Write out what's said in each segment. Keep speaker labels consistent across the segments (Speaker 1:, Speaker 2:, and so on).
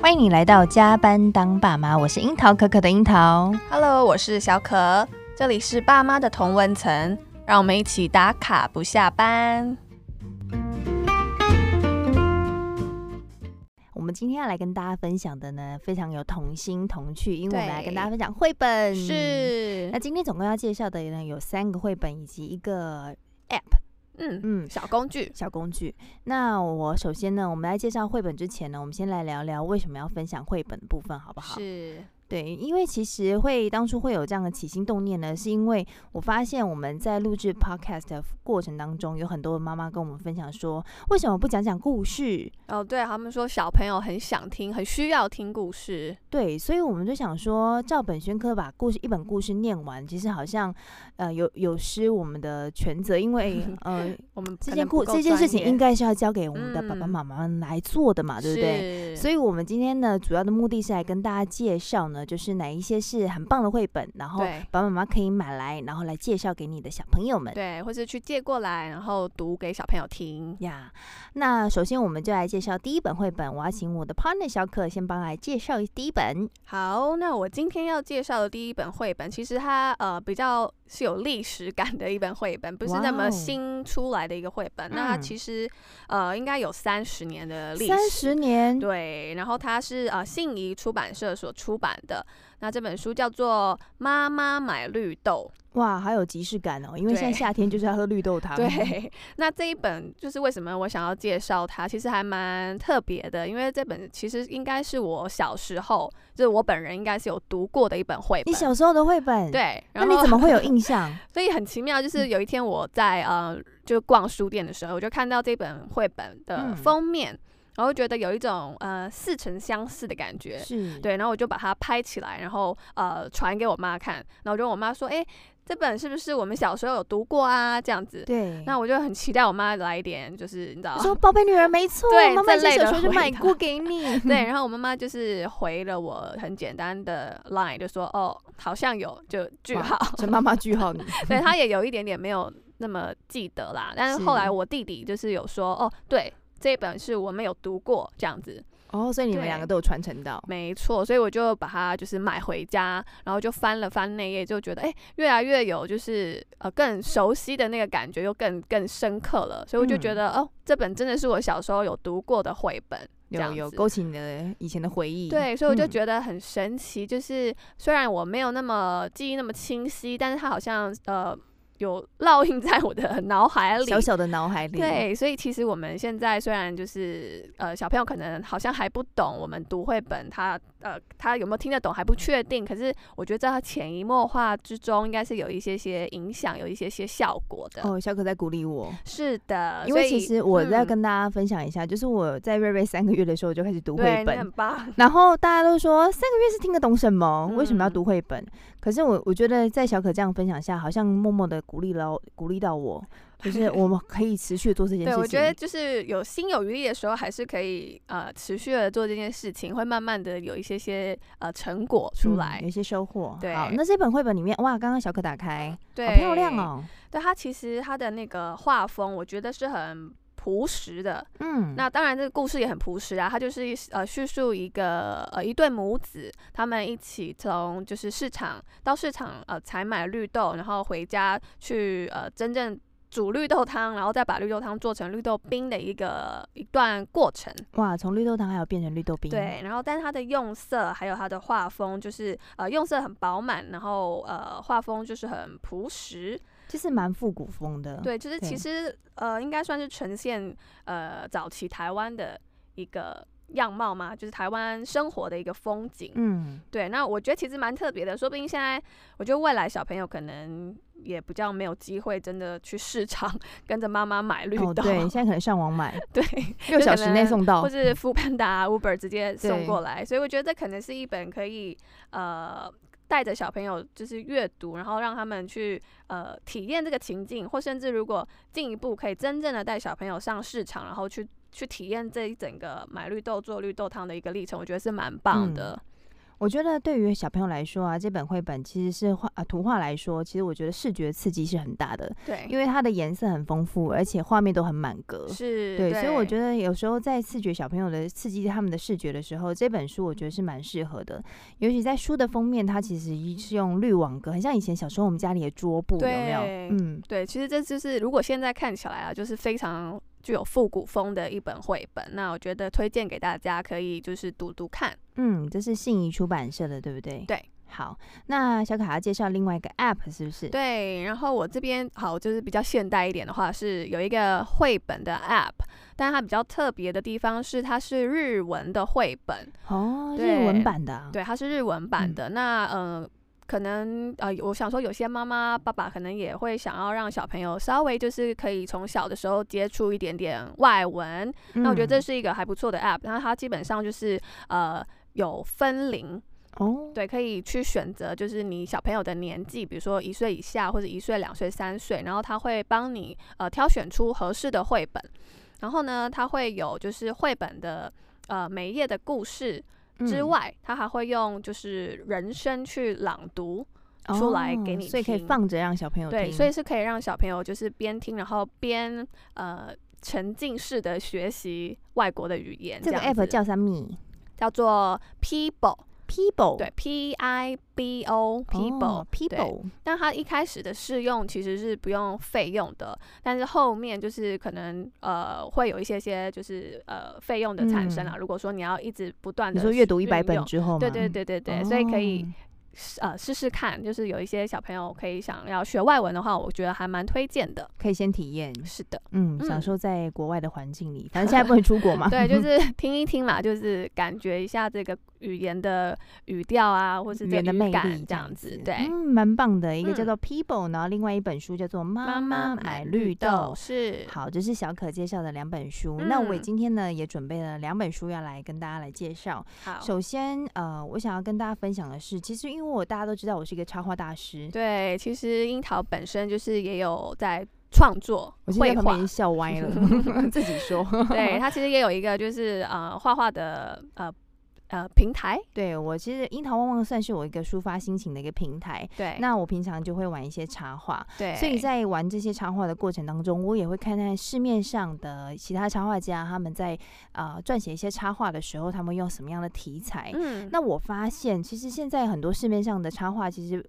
Speaker 1: 欢迎你来到加班当爸妈，我是樱桃可可的樱桃。
Speaker 2: Hello，我是小可，这里是爸妈的同温层，让我们一起打卡不下班。
Speaker 1: 我们今天要来跟大家分享的呢，非常有童心童趣，因为
Speaker 2: 对
Speaker 1: 我们来跟大家分享绘
Speaker 2: 嗯
Speaker 1: 本。，
Speaker 2: 是
Speaker 1: 那，今天总共要介绍的呢，有三个绘本以及一个 App，
Speaker 2: 嗯，
Speaker 1: 嗯，
Speaker 2: 小工具，
Speaker 1: 小工具。那我首先呢，我们来介绍绘本之前呢，我们先来聊聊为什么要分享绘本的部分，好不好？
Speaker 2: 是，
Speaker 1: 对，因为其实会当初会有这样的起心动念呢，是因为我发现我们在录制 podcast 的过程当中，有很多妈妈跟我们分享说，为什么不讲讲故事？
Speaker 2: 哦，对他们说小朋友很想听，很需要听故事，
Speaker 1: 对，所以我们就想说，照本宣科把故事一本故事念完，其实好像呃有有失我们的全责，因 为呃
Speaker 2: 我们
Speaker 1: 这件
Speaker 2: 可能不
Speaker 1: 故
Speaker 2: 够
Speaker 1: 这件事
Speaker 2: 专
Speaker 1: 情
Speaker 2: 业
Speaker 1: 应该是要交给我们的爸爸
Speaker 2: 嗯
Speaker 1: 妈妈来做的嘛，对不对？
Speaker 2: 是
Speaker 1: 所以，我们今天呢，主要的目的是来跟大家介绍呢，就是哪一些是很棒的绘本，然后
Speaker 2: 对
Speaker 1: 爸爸妈妈可以买来，然后来介绍给你的小朋友们。
Speaker 2: 对，或是去借过来，然后读给小朋友听。
Speaker 1: 呀那首先我们就来介绍第一本绘本，我要请我的 partner 小可先帮来介绍第一本。
Speaker 2: 好，那我今天要介绍的第一本绘本，其实它呃比较是有历史感的一本绘本，不是那
Speaker 1: 哇哦
Speaker 2: 么新出来的一个绘本。那它
Speaker 1: 嗯
Speaker 2: 其实呃应该有三十年的历史。
Speaker 1: 三十年，
Speaker 2: 对，然后它是呃信宜出版社所出版的，那这本书叫做《妈妈买绿豆》。
Speaker 1: 哇，好有即视感哦，因为现在
Speaker 2: 对
Speaker 1: 夏天就是要喝绿豆汤。，
Speaker 2: 对， 那这一本就是为什么我想要介绍它，其实还蛮特别的，因为这本其实应该是我小时候，就是我本人应该是有读过的一本绘
Speaker 1: 你
Speaker 2: 本。
Speaker 1: 小时候的绘本，，
Speaker 2: 对，
Speaker 1: 那
Speaker 2: 然
Speaker 1: 你
Speaker 2: 后
Speaker 1: 怎么会 有印嗯象？
Speaker 2: 所以很奇妙，就是有一天我在呃，就逛书店的时候，我就看到这本绘本的
Speaker 1: 嗯
Speaker 2: 封面，然后觉得有一种呃似曾相识的感觉，
Speaker 1: 是，，
Speaker 2: 对，然后我就把它拍起来，然后呃传给我妈看，然后我就问我妈说，哎、这本是不是我们小时候有读过啊？这样子，
Speaker 1: 对，
Speaker 2: 那我就很期待我妈来一点，就是你知道
Speaker 1: 我。说宝贝女儿没错，
Speaker 2: 对
Speaker 1: 妈妈以
Speaker 2: 这
Speaker 1: 前
Speaker 2: 类
Speaker 1: 小
Speaker 2: 的
Speaker 1: 时候就
Speaker 2: 回
Speaker 1: 买
Speaker 2: 答
Speaker 1: 过给你。
Speaker 2: 对，然后我妈妈就是回了我很简单的 line，就说哦，好像有，就句
Speaker 1: 哇
Speaker 2: 号。
Speaker 1: 陈妈妈句号你，
Speaker 2: 对 他也有一点点没有那么记得啦。但是后来
Speaker 1: 是
Speaker 2: 我弟弟就是有说，哦，对，这本是我们有读过这样子，
Speaker 1: 哦，所以你们两个
Speaker 2: 对
Speaker 1: 都有传承到。
Speaker 2: 没错，所以我就把它就是买回家，然后就翻了翻那页，就觉得哎、越来越有就是呃更熟悉的那个感觉，又更更深刻了。所以我就觉
Speaker 1: 嗯
Speaker 2: 得、哦，这本真的是我小时候有读过的绘本。这
Speaker 1: 有
Speaker 2: 样
Speaker 1: 有
Speaker 2: 子
Speaker 1: 勾起你的以前的回忆，
Speaker 2: 对，所以我就
Speaker 1: 嗯
Speaker 2: 觉得很神奇，就是虽然我没有那么记忆那么清晰，但是它好像呃有 烙印在我的脑海里，
Speaker 1: 小小的脑海里，，
Speaker 2: 对，所以其实我们现在虽然就是呃，小朋友可能好像还不懂我们读绘本他，呃他有没有听得懂还不确定，可是我觉得在他潜移默化之中，应该是有一些些影响，有一些些效果的。
Speaker 1: 哦，小可在鼓励我，
Speaker 2: 是的，
Speaker 1: 因
Speaker 2: 呃所
Speaker 1: 为其
Speaker 2: 以
Speaker 1: 实我在
Speaker 2: 嗯
Speaker 1: 跟大家分享一下，就是我在瑞瑞三个月的时候我就开始读
Speaker 2: 对
Speaker 1: 绘
Speaker 2: 你
Speaker 1: 本
Speaker 2: 很，棒，
Speaker 1: 然后大家都说三个月是听得懂什么？为什么要
Speaker 2: 嗯
Speaker 1: 读绘本？可是我我觉得在小可这样分享下，好像默默的鼓励了鼓励到我，就是我们可以持续地做这件事
Speaker 2: 对
Speaker 1: 情。
Speaker 2: 我觉得就是有心有余力的时候，还是可以呃持续的做这件事情，会慢慢的有一些些呃成果出
Speaker 1: 嗯
Speaker 2: 来。
Speaker 1: 有一些收获。
Speaker 2: 对
Speaker 1: 好，那这本绘本里面，哇，刚刚小可打开，
Speaker 2: 对，
Speaker 1: 好漂亮！哦。
Speaker 2: 对它其实它的那个画风，我觉得是很朴实的，
Speaker 1: 嗯，
Speaker 2: 那当然，这个故事也很朴实啊，它就是一呃叙述一个呃一对母子，他们一起从就是市场到市场呃采买绿豆，然后回家去呃真正煮绿豆汤，然后再把绿豆汤做成绿豆冰的一个一段过程。
Speaker 1: 哇，从绿豆汤还有变成绿豆冰，
Speaker 2: 对，，然后但是它的用色还有它的画风，就是呃用色很饱满，然后呃画风就是很朴实，
Speaker 1: 其实蛮复古风的。，
Speaker 2: 对，就是
Speaker 1: 嗯对
Speaker 2: 其实呃，应该算是呈现呃早期台湾的一个样貌嘛，就是台湾生活的一个风景。
Speaker 1: 嗯，
Speaker 2: 对，那我觉得其实蛮特别的，说不定现在我觉得未来小朋友可能也比较没有机会真的去市场 跟着妈妈买绿豆，
Speaker 1: 哦，对，现在可能上网买，
Speaker 2: 对，
Speaker 1: 六
Speaker 2: 就
Speaker 1: 小
Speaker 2: 可
Speaker 1: 时内
Speaker 2: 能
Speaker 1: 送到
Speaker 2: 或。是 f o o p a n d a Uber 直
Speaker 1: 哦
Speaker 2: 接
Speaker 1: 嗯对
Speaker 2: 送过来，所以我觉得这可能是一本可以呃带着小朋友就是阅读，然后让他们去呃体验这个情境，或甚至如果进一步可以真正的带小朋友上市场，然后去去体验这一整个买绿豆做绿豆汤的一个历程，我觉得是蛮棒的。
Speaker 1: 我觉得对于小朋友来说啊，这本绘本其实是画啊图画来说，其实我觉得视觉刺激是很大的，
Speaker 2: 对，
Speaker 1: 因为它的颜色很丰富，而且画面都很满格。
Speaker 2: 是，
Speaker 1: 对，所以我觉得有时候在刺激小朋友的刺激他们的视觉的时候，这本书我觉得是蛮适合的。尤其在书的封面，它其实一是用滤网格，很像以前小时候我们家里的桌布，有没有
Speaker 2: 对？
Speaker 1: 嗯，
Speaker 2: 对，其实这就是如果现在看起来啊，就是非常具有复古风的一本绘本。那我觉得推荐给大家可以就是读读看。
Speaker 1: 嗯，这是信宜出版社的，对不对？
Speaker 2: 对。
Speaker 1: 好，那小卡要介绍另外一个 App 是不是？。
Speaker 2: 对，然后我这边好就是比较现代一点的话，是有一个绘本的 App，但它比较特别的地方是它是日文的绘本，
Speaker 1: 哦，日
Speaker 2: 对
Speaker 1: 文版的、啊。。
Speaker 2: 对，它是日文版的。那呃，可能呃，我想说，有些妈妈、爸爸可能也会想要让小朋友稍微就是可以从小的时候接触一点点外文，那我觉得这
Speaker 1: 是、
Speaker 2: 是一个还不错的 app，然后它基本上就是呃有分龄，
Speaker 1: 哦，
Speaker 2: 对，可以去选择就是你小朋友的年纪，比如说一岁以下或者一岁、两岁、三岁，然后它会帮你呃挑选出合适的绘本，然后呢，它会有就是绘本的呃每一页的故事之
Speaker 1: 嗯、
Speaker 2: 外，它还会用就是人声去朗读，出来
Speaker 1: 哦
Speaker 2: 给你
Speaker 1: 所以可以
Speaker 2: 听
Speaker 1: 放着让小朋友听。
Speaker 2: 对，所以是可以让小朋友就是边听然后边呃。沉浸式的学习外国的语言，
Speaker 1: 这个
Speaker 2: 样
Speaker 1: App
Speaker 2: 子
Speaker 1: 叫什么
Speaker 2: 叫做 People，
Speaker 1: ？People。
Speaker 2: 对，P I B O People、
Speaker 1: 哦、People。
Speaker 2: 但它一开始的试用其实是不用费用的，但是后面就是可能呃会有一些些就是呃费用的产生啦、
Speaker 1: 嗯
Speaker 2: 如果说你要一直不断
Speaker 1: 你
Speaker 2: 的
Speaker 1: 说阅读一百
Speaker 2: 运
Speaker 1: 本
Speaker 2: 用，
Speaker 1: 之后吗？
Speaker 2: 对对对对对，所以可以
Speaker 1: 哦
Speaker 2: 试呃试试看，就是有一些小朋友可以想要学外文的话，我觉得还蛮推荐的。
Speaker 1: 可以先体验，
Speaker 2: 是的，
Speaker 1: 嗯，
Speaker 2: 嗯
Speaker 1: 享受在国外的环境里。反正现在不能出国嘛。
Speaker 2: 对，就是听一听嘛，就是感觉一下这个语言的语调啊，或是
Speaker 1: 语
Speaker 2: 这
Speaker 1: 言的
Speaker 2: 个
Speaker 1: 魅
Speaker 2: 语感
Speaker 1: 力
Speaker 2: 这样子，对。
Speaker 1: 嗯，蛮棒的。一个叫
Speaker 2: 嗯
Speaker 1: 做 People，、然后另外一本书叫做《妈妈买绿豆》。
Speaker 2: 是
Speaker 1: 好，这是小可介绍的两本书。那我也
Speaker 2: 嗯
Speaker 1: 今天呢也准备了两本书要来跟大家来介绍。
Speaker 2: 好
Speaker 1: 首先，呃，我想要跟大家分享的是，其实因为我大家都知道我是一个插画大师，
Speaker 2: 对，其实樱桃本身就是也有在创作
Speaker 1: 我现在
Speaker 2: 绘
Speaker 1: 旁
Speaker 2: 画
Speaker 1: 边已，经笑歪 了，自己说。
Speaker 2: 对他其实也有一个就是呃画画的呃呃平台，
Speaker 1: 对我其实樱桃旺旺算是我一个抒发心情的一个平台。
Speaker 2: 对，
Speaker 1: 那我平常就会玩一些插画，
Speaker 2: 对，
Speaker 1: 所以在玩这些插画的过程当中，我也会看看市面上的其他插画家他们在啊撰写一些插画的时候，他们用什么样的题材。
Speaker 2: 嗯
Speaker 1: 那我发现，其实现在很多市面上的插画其实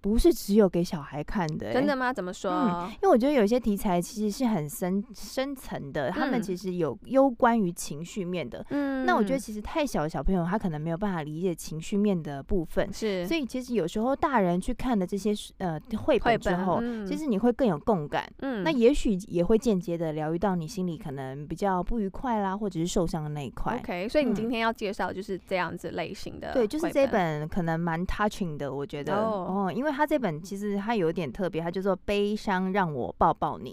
Speaker 1: 不是只有给小孩看的、欸
Speaker 2: 真的。吗？怎么
Speaker 1: 嗯
Speaker 2: 说？
Speaker 1: 因为我觉得有些题材其实是很深深层的，他们
Speaker 2: 嗯
Speaker 1: 其实有攸关于情绪面的。
Speaker 2: 嗯，
Speaker 1: 那我觉得其实太小的小朋友，他可能没有办法理解情绪面的部分，
Speaker 2: 嗯是
Speaker 1: 所以其实有时候大人去看了这些呃绘
Speaker 2: 绘
Speaker 1: 本之
Speaker 2: 本
Speaker 1: 后，
Speaker 2: 嗯、
Speaker 1: 其实你会更有共感。
Speaker 2: 嗯
Speaker 1: 那也许也会间接的疗愈到你心里可能比较不愉快啦，或者是受伤的那一块。
Speaker 2: OK，所以你
Speaker 1: 嗯
Speaker 2: 今天要介绍就是这样子类型的绘，
Speaker 1: 对，就是这本可能蛮 touching 的，我觉得
Speaker 2: 哦
Speaker 1: 哦因为它这本其实它有点特别，它叫做《悲伤让我抱抱你》。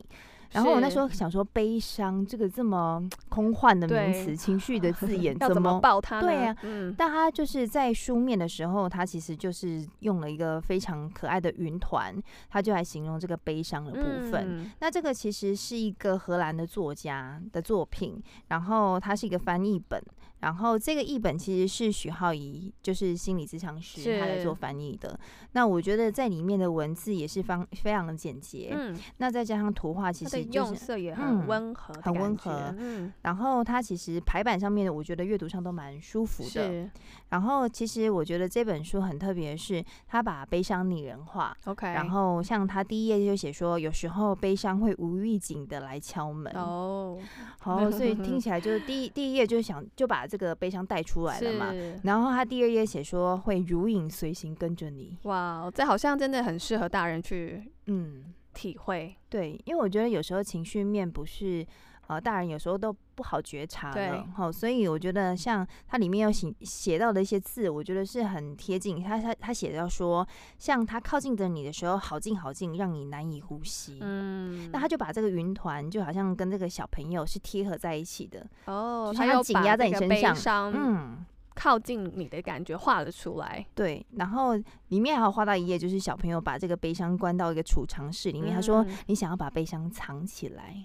Speaker 1: 然后我那
Speaker 2: 是
Speaker 1: 时候想说，悲伤这个这么空幻的名
Speaker 2: 对
Speaker 1: 词、情绪的字眼，
Speaker 2: 要怎么
Speaker 1: 么？
Speaker 2: 报它呢？
Speaker 1: 对啊呀
Speaker 2: 嗯，
Speaker 1: 但它就是在书面的时候，它其实就是用了一个非常可爱的云团，它就来形容这个悲伤的部分。
Speaker 2: 嗯
Speaker 1: 那这个其实是一个荷兰的作家的作品，然后它是一个翻译本，然后这个译本其实是许浩怡，就是心理咨商
Speaker 2: 是
Speaker 1: 师，他来做翻译的。那我觉得在里面的文字也是方非常的简洁，
Speaker 2: 嗯，
Speaker 1: 那再加上图画其
Speaker 2: 它的
Speaker 1: 实就
Speaker 2: 用
Speaker 1: 是。
Speaker 2: 色也很
Speaker 1: 嗯
Speaker 2: 温和的感
Speaker 1: 很
Speaker 2: 觉，
Speaker 1: 温和
Speaker 2: 嗯，
Speaker 1: 然后它其实排版上面，我觉得阅读上都蛮舒服的。
Speaker 2: 是
Speaker 1: 然后其实我觉得这本书很特别，是它把悲伤拟人化。
Speaker 2: OK，
Speaker 1: 然后像它第一页就写说，有时候悲伤会无预警的来敲门。
Speaker 2: 哦，
Speaker 1: 好，所以听起来就是第一第一页就想就把这个悲伤带出来了嘛。
Speaker 2: 是
Speaker 1: 然后他第二页写说会如影随形跟着你，
Speaker 2: 哇，哦这好像真的很适合大人去
Speaker 1: 嗯，
Speaker 2: 体会。
Speaker 1: 对，因为我觉得有时候情绪面不是呃大人有时候都不好觉察
Speaker 2: 对
Speaker 1: 了，好，所以我觉得像它里面有写写到的一些字，我觉得是很贴近。他他他写到说，像他靠近着你的时候，好近好近，让你难以呼吸。
Speaker 2: 嗯，
Speaker 1: 那他就把这个云团就好像跟这个小朋友是贴合在一起的，
Speaker 2: 哦
Speaker 1: 就，是
Speaker 2: 他
Speaker 1: 它
Speaker 2: 又
Speaker 1: 紧
Speaker 2: 把
Speaker 1: 压在
Speaker 2: 这
Speaker 1: 你
Speaker 2: 个
Speaker 1: 身
Speaker 2: 悲
Speaker 1: 上
Speaker 2: 伤
Speaker 1: 嗯。
Speaker 2: 靠近你的感觉画了出来。
Speaker 1: 对，然后里面还有画到一页，就是小朋友把这个悲伤关到一个储藏室里面。他说
Speaker 2: 嗯：“
Speaker 1: 你想要把悲伤藏起来，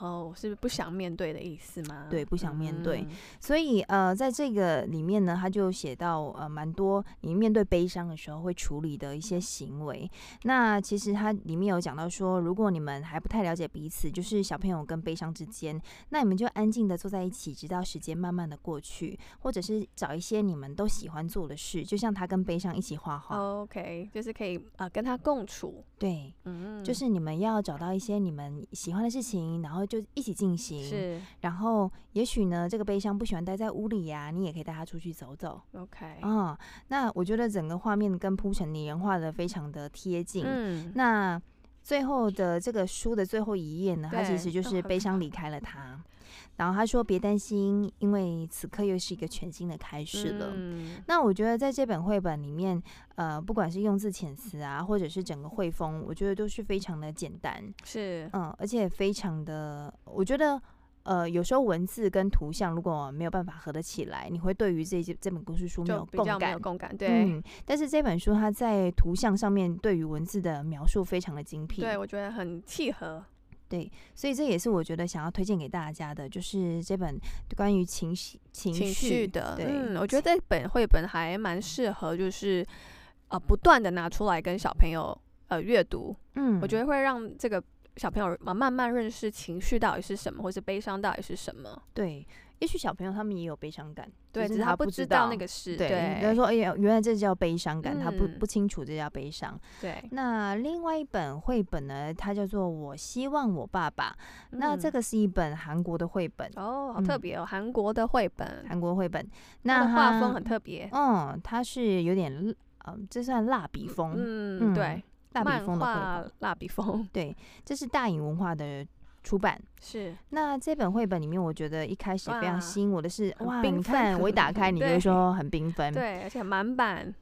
Speaker 2: 哦，是不想面对的意思吗？
Speaker 1: 对不想面对
Speaker 2: 嗯，
Speaker 1: 所以呃，在这个里面呢，他就写到呃，蛮多你面对悲伤的时候会处理的一些行为。那其实他里面有讲到说，如果你们还不太了解彼此，就是小朋友跟悲伤之间，那你们就安静的坐在一起，直到时间慢慢的过去，或者是找一些你们都喜欢做的事，就像他跟悲伤一起画
Speaker 2: 哦
Speaker 1: 画，
Speaker 2: OK，就是可以呃跟他共处，
Speaker 1: 对，
Speaker 2: 嗯，
Speaker 1: 就是你们要找到一些你们喜欢的事情，然后就一起进行。，
Speaker 2: 是
Speaker 1: 然后也许呢，这个悲伤不喜欢待在屋里呀、你也可以带他出去走走。
Speaker 2: OK，
Speaker 1: 哦，那我觉得整个画面跟铺陈拟人化的非常的贴近。
Speaker 2: 嗯，
Speaker 1: 那最后的这个书的最后一页呢，它其
Speaker 2: 对
Speaker 1: 实就
Speaker 2: 都
Speaker 1: 是
Speaker 2: 很
Speaker 1: 悲伤
Speaker 2: 好
Speaker 1: 离开了他，然后他说别担心，因为此刻又是一个全新的开始了。
Speaker 2: 嗯
Speaker 1: 那我觉得在这本绘本里面，呃，不管是用字遣词啊，或者是整个绘风，我觉得都是非常的简单，
Speaker 2: 是
Speaker 1: 嗯，而且非常的，我觉得。呃，有时候文字跟图像如果没有办法合得起来，你会对于这这本故事书没有
Speaker 2: 就比
Speaker 1: 共
Speaker 2: 较没
Speaker 1: 感
Speaker 2: 有，共感，对。
Speaker 1: 嗯，但是这本书它在图像上面对于文字的描述非常的精辟，
Speaker 2: 对，我觉得很契合，
Speaker 1: 对所以这也是我觉得想要推荐给大家的，就是这本关于情绪情绪
Speaker 2: 情绪的，
Speaker 1: 对
Speaker 2: 嗯，我觉得这本绘本还蛮适合，就是呃不断的拿出来跟小朋友呃阅读，
Speaker 1: 嗯，
Speaker 2: 我觉得会让这个小朋友呃慢慢认识情绪到底是什么，或是悲伤到底是什么。
Speaker 1: 对，也许小朋友他们也有悲伤感，
Speaker 2: 对，
Speaker 1: 只
Speaker 2: 只
Speaker 1: 是
Speaker 2: 是
Speaker 1: 他
Speaker 2: 不
Speaker 1: 不
Speaker 2: 知
Speaker 1: 知
Speaker 2: 道
Speaker 1: 道
Speaker 2: 那个事，
Speaker 1: 对，就是
Speaker 2: 对
Speaker 1: 说哎呀，原来这叫悲伤感，他不
Speaker 2: 嗯
Speaker 1: 不清楚这叫悲伤。
Speaker 2: 对。
Speaker 1: 那另外一本绘本呢，它叫做《我希望我爸爸》，那这
Speaker 2: 嗯
Speaker 1: 个是一本韩国的绘本，
Speaker 2: 哦，好
Speaker 1: 嗯
Speaker 2: 特别哦，韩国的绘本，
Speaker 1: 韩国绘本，
Speaker 2: 它
Speaker 1: 那
Speaker 2: 的画
Speaker 1: 它
Speaker 2: 风很特别。
Speaker 1: 嗯，它是有点，嗯、这算蜡笔风，
Speaker 2: 嗯，对，
Speaker 1: 蜡笔
Speaker 2: 漫
Speaker 1: 风的绘
Speaker 2: 画
Speaker 1: 本，
Speaker 2: 蜡笔风
Speaker 1: 这是大影文化的出版。
Speaker 2: 是
Speaker 1: 那这本绘本里面，我觉得一开始非常
Speaker 2: 哇
Speaker 1: 吸引我的是，
Speaker 2: 很
Speaker 1: 哇，
Speaker 2: 缤
Speaker 1: 你
Speaker 2: 纷
Speaker 1: 看我一打 开，你就会
Speaker 2: 对
Speaker 1: 说很缤纷，
Speaker 2: 对，而且满版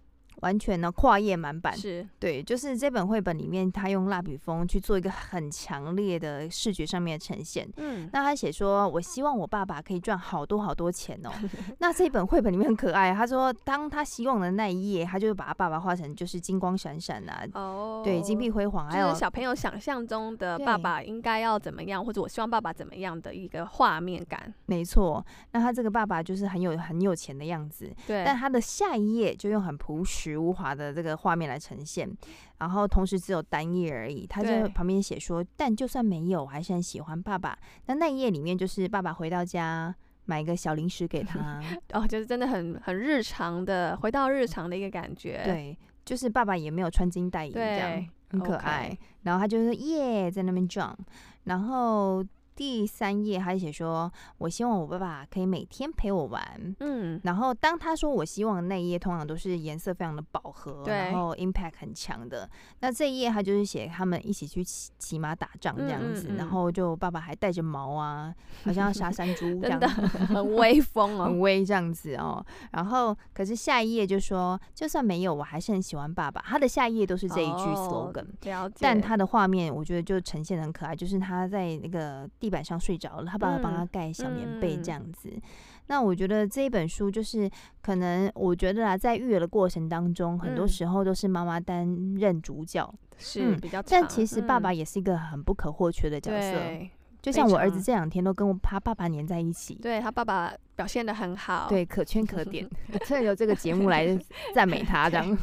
Speaker 1: 完全呢跨页满版。
Speaker 2: 是
Speaker 1: 对，就是这本绘本里面，他用蜡笔风去做一个很强烈的视觉上面的呈现。
Speaker 2: 嗯，
Speaker 1: 那他写说：“我希望我爸爸可以赚好多好多钱 哦。”那这本绘本里面很可爱，啊他说，当他希望的那一页，他就会把他爸爸画成就是金光闪闪啊，
Speaker 2: 哦，
Speaker 1: 对，金碧辉煌，还哎
Speaker 2: 就
Speaker 1: 有
Speaker 2: 是小朋友想象中的爸
Speaker 1: 对
Speaker 2: 爸应该要怎么样，或者我希望爸爸怎么样的一个画面感。
Speaker 1: 没错，那他这个爸爸就是很有很有钱的样子，
Speaker 2: 对，
Speaker 1: 但他的下一页就用很朴实无华的这个画面来呈现，然后同时只有单页而已。他就
Speaker 2: 对
Speaker 1: 旁边写说，但就算没有，我还是很喜欢爸爸。那那一页里面就是爸爸回到家买一个小零食给 他，
Speaker 2: 哦，就是真的很很日常的，回到日常的一个感觉。，
Speaker 1: 对，就是爸爸也没有穿金戴银这样
Speaker 2: 对，
Speaker 1: 很可
Speaker 2: OK
Speaker 1: 爱。然后他就是耶，在那边 jump，然后。第三页，他写说：“我希望我爸爸可以每天陪我玩。”
Speaker 2: 嗯，
Speaker 1: 然后当他说我希望的那一页，通常都是颜色非常的饱和，
Speaker 2: 对
Speaker 1: 然后 impact 很强的。那这一页他就是写他们一起去骑骑马打仗这样子，
Speaker 2: 嗯嗯嗯
Speaker 1: 然后就爸爸还带着毛啊，好像要杀山 猪这样
Speaker 2: 真的 很威风
Speaker 1: 很
Speaker 2: 哦。
Speaker 1: 威这样子哦。然后可是下一页就说，就算没有，我还是很喜欢爸爸。他的下一页都是这一句
Speaker 2: 哦
Speaker 1: slogan。
Speaker 2: 了解，
Speaker 1: 但他的画面，我觉得就呈现得很可爱，就是他在那个地板上睡着了，他爸爸帮
Speaker 2: 嗯
Speaker 1: 他盖小棉被
Speaker 2: 嗯
Speaker 1: 这样子。那我觉得这一本书就是可能，我觉得啊，在育儿的过程当中，很多
Speaker 2: 嗯
Speaker 1: 时候都是妈妈担任主角，
Speaker 2: 是
Speaker 1: 嗯
Speaker 2: 比较长，
Speaker 1: 但其实爸爸
Speaker 2: 嗯
Speaker 1: 也是一个很不可或缺的角色。
Speaker 2: 对，
Speaker 1: 就
Speaker 2: 非
Speaker 1: 像我儿子
Speaker 2: 常
Speaker 1: 这两天都跟我他爸爸黏在一起，
Speaker 2: 对他爸爸表现的很好，
Speaker 1: 对，可圈可 点，趁由这个节目来赞美他这样。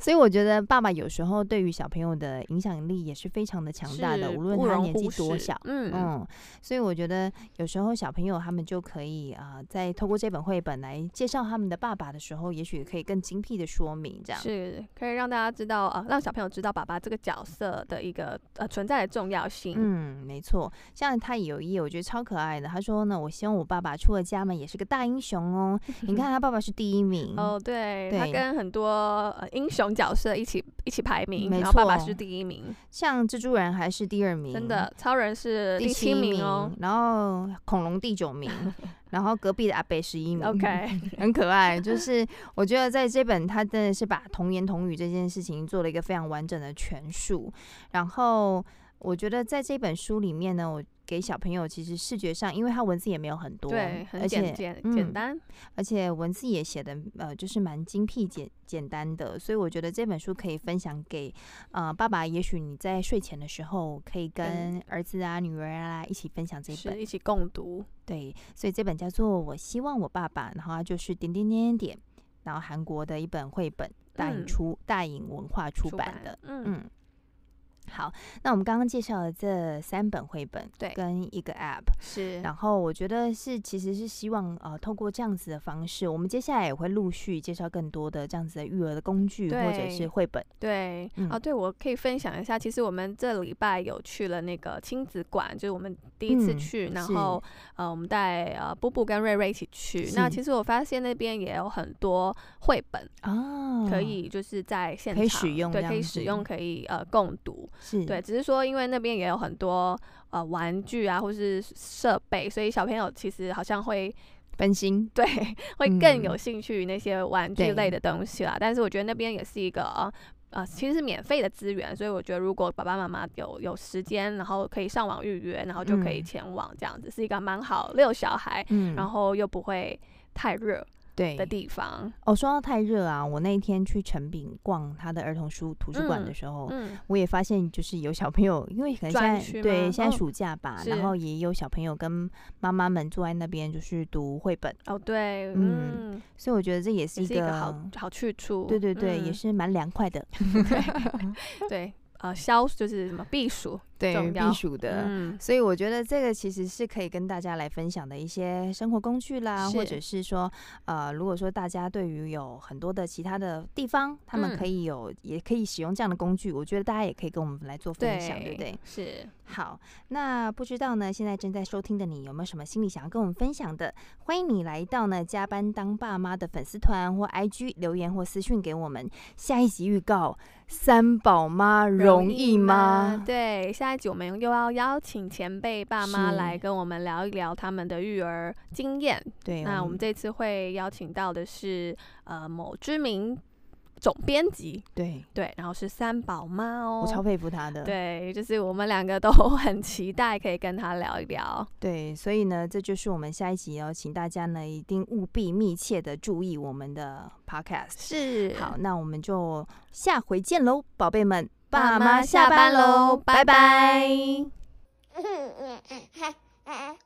Speaker 1: 所以我觉得爸爸有时候对于小朋友的影响力也是非常的强
Speaker 2: 是
Speaker 1: 大的，无论
Speaker 2: 不
Speaker 1: 他
Speaker 2: 容
Speaker 1: 年纪
Speaker 2: 忽
Speaker 1: 多
Speaker 2: 视
Speaker 1: 小。
Speaker 2: 嗯，
Speaker 1: 嗯，所以我觉得有时候小朋友他们就可以啊、呃在透过这本绘本来介绍他们的爸爸的时候，也许可以更精辟的说明这样。
Speaker 2: 是可以让大家知道啊，让小朋友知道爸爸这个角色的一个呃存在的重要性。
Speaker 1: 嗯，没错，像他有一页我觉得超可爱的，他说呢，我希望我爸爸出了家门也是个大英雄哦。你看他爸爸是第一名，
Speaker 2: 哦，对，他
Speaker 1: 嗯对
Speaker 2: 跟很多呃英雄角色一起一起排名，
Speaker 1: 没
Speaker 2: 然后爸爸
Speaker 1: 错
Speaker 2: 是第一名，
Speaker 1: 像蜘蛛人还是第二名，
Speaker 2: 真的，超人是
Speaker 1: 第
Speaker 2: 第
Speaker 1: 七
Speaker 2: 七
Speaker 1: 名
Speaker 2: 名哦。
Speaker 1: 然后恐龙第九 名，然后隔壁的阿贝十一名。
Speaker 2: OK，
Speaker 1: 嗯 很可爱。就是我觉得在这本，他真的是把童言童语这件事情做了一个非常完整的诠述。然后我觉得在这本书里面呢，我给小朋友其实视觉上，因为它文字也没有很多，
Speaker 2: 对，很
Speaker 1: 而且
Speaker 2: 简简
Speaker 1: 嗯
Speaker 2: 简单，
Speaker 1: 而且文字也写的呃，就是蛮精辟简简单的，所以我觉得这本书可以分享给呃爸爸，也许你在睡前的时候可以跟儿子啊、女儿啊一起分享这
Speaker 2: 是
Speaker 1: 本，
Speaker 2: 一起共读。
Speaker 1: 对，所以这本叫做《我希望我爸爸》，然后它就是点点点点点，然后韩国的一本绘本，大
Speaker 2: 嗯
Speaker 1: 影出、大影文化出版的，，
Speaker 2: 嗯，
Speaker 1: 嗯。好，那我们刚刚介绍了这三本绘本，
Speaker 2: 对
Speaker 1: 跟一个 App，
Speaker 2: 是，
Speaker 1: 然后我觉得是，其实是希望呃，透过这样子的方式，我们接下来也会陆续介绍更多的这样子的育儿的工具或者
Speaker 2: 对
Speaker 1: 是绘本。
Speaker 2: 对，
Speaker 1: 嗯
Speaker 2: 啊，对，我可以分享一下，其实我们这礼拜有去了那个亲子馆，就是我们第一次
Speaker 1: 嗯
Speaker 2: 去，然
Speaker 1: 是
Speaker 2: 后呃，我们带呃布布跟瑞瑞一起去。那
Speaker 1: 是
Speaker 2: 其实我发现那边也有很多绘本，
Speaker 1: 哦，
Speaker 2: 可以就是在现场
Speaker 1: 可以使用
Speaker 2: 对，
Speaker 1: 这
Speaker 2: 可以
Speaker 1: 样
Speaker 2: 使
Speaker 1: 子嗯
Speaker 2: 用，可以呃共读，
Speaker 1: 是，
Speaker 2: 对，，只是说因为那边也有很多呃玩具啊或是设备，所以小朋友其实好像会
Speaker 1: 分心，
Speaker 2: 对，会更
Speaker 1: 嗯
Speaker 2: 有兴趣于那些玩具类的东西啦。但是我觉得那边也是一个呃呃，其实是免费的资源，所以我觉得如果爸爸妈妈有有时间，然后可以上网预约，然后就可以
Speaker 1: 嗯
Speaker 2: 前往，这样子、是一个蛮好遛小孩，
Speaker 1: 嗯，
Speaker 2: 然后又不会太热
Speaker 1: 对
Speaker 2: 的地方。
Speaker 1: 哦，说到太热啊，我那一天去成品逛他的儿童书图书馆的
Speaker 2: 嗯
Speaker 1: 时候。
Speaker 2: 嗯，
Speaker 1: 我也发现，就是有小朋友，因为可能现
Speaker 2: 专
Speaker 1: 在
Speaker 2: 区
Speaker 1: 对
Speaker 2: 吗
Speaker 1: 现在
Speaker 2: 嗯
Speaker 1: 暑假吧，
Speaker 2: 是
Speaker 1: 然后也有小朋友跟妈妈们坐在那边，就是读绘本，
Speaker 2: 哦对，
Speaker 1: 嗯
Speaker 2: 嗯，
Speaker 1: 所以我觉得这也是
Speaker 2: 也
Speaker 1: 一
Speaker 2: 是
Speaker 1: 个
Speaker 2: 一个好好去处。
Speaker 1: 对对对，也
Speaker 2: 嗯
Speaker 1: 是蛮凉快的，
Speaker 2: 对。呃，消就是什么避暑，
Speaker 1: 对
Speaker 2: 重
Speaker 1: 避
Speaker 2: 要
Speaker 1: 暑的。
Speaker 2: 嗯，
Speaker 1: 所以我觉得这个其实是可以跟大家来分享的一些生活工具啦，或
Speaker 2: 是
Speaker 1: 者是说，呃，如果说大家对于有很多的其他的地方，他们
Speaker 2: 嗯
Speaker 1: 可以有、也可以使用这样的工具，我觉得大家也可以跟我们来做分享，对不对？
Speaker 2: 是，
Speaker 1: 好，那不知道呢，现在正在收听的你有没有什么心里想要跟我们分享的？欢迎你来到呢加班当爸妈的粉丝团或 IG 留言或私讯给我们。下一集预告：三宝妈容易吗？
Speaker 2: 对，下一集我们又要邀请前辈爸妈
Speaker 1: 是
Speaker 2: 来跟我们聊一聊他们的育儿经验。
Speaker 1: 对，
Speaker 2: 那我们这次会邀请到的是呃某知名总编辑，
Speaker 1: 对
Speaker 2: 对，然后是三宝妈哦。
Speaker 1: 我超佩服他的。
Speaker 2: 对，就是我们两 个都很期待可以跟他聊一聊。
Speaker 1: 对，所以呢，这就是我们下一集哦，请大家呢一定务必密切的注意我们的 podcast。
Speaker 2: 是
Speaker 1: 好，，那我们就下回见喽，宝贝们，
Speaker 2: 爸妈下班喽拜拜
Speaker 1: 拜
Speaker 3: 嗯嗯嗯嗯，嗨哎哎。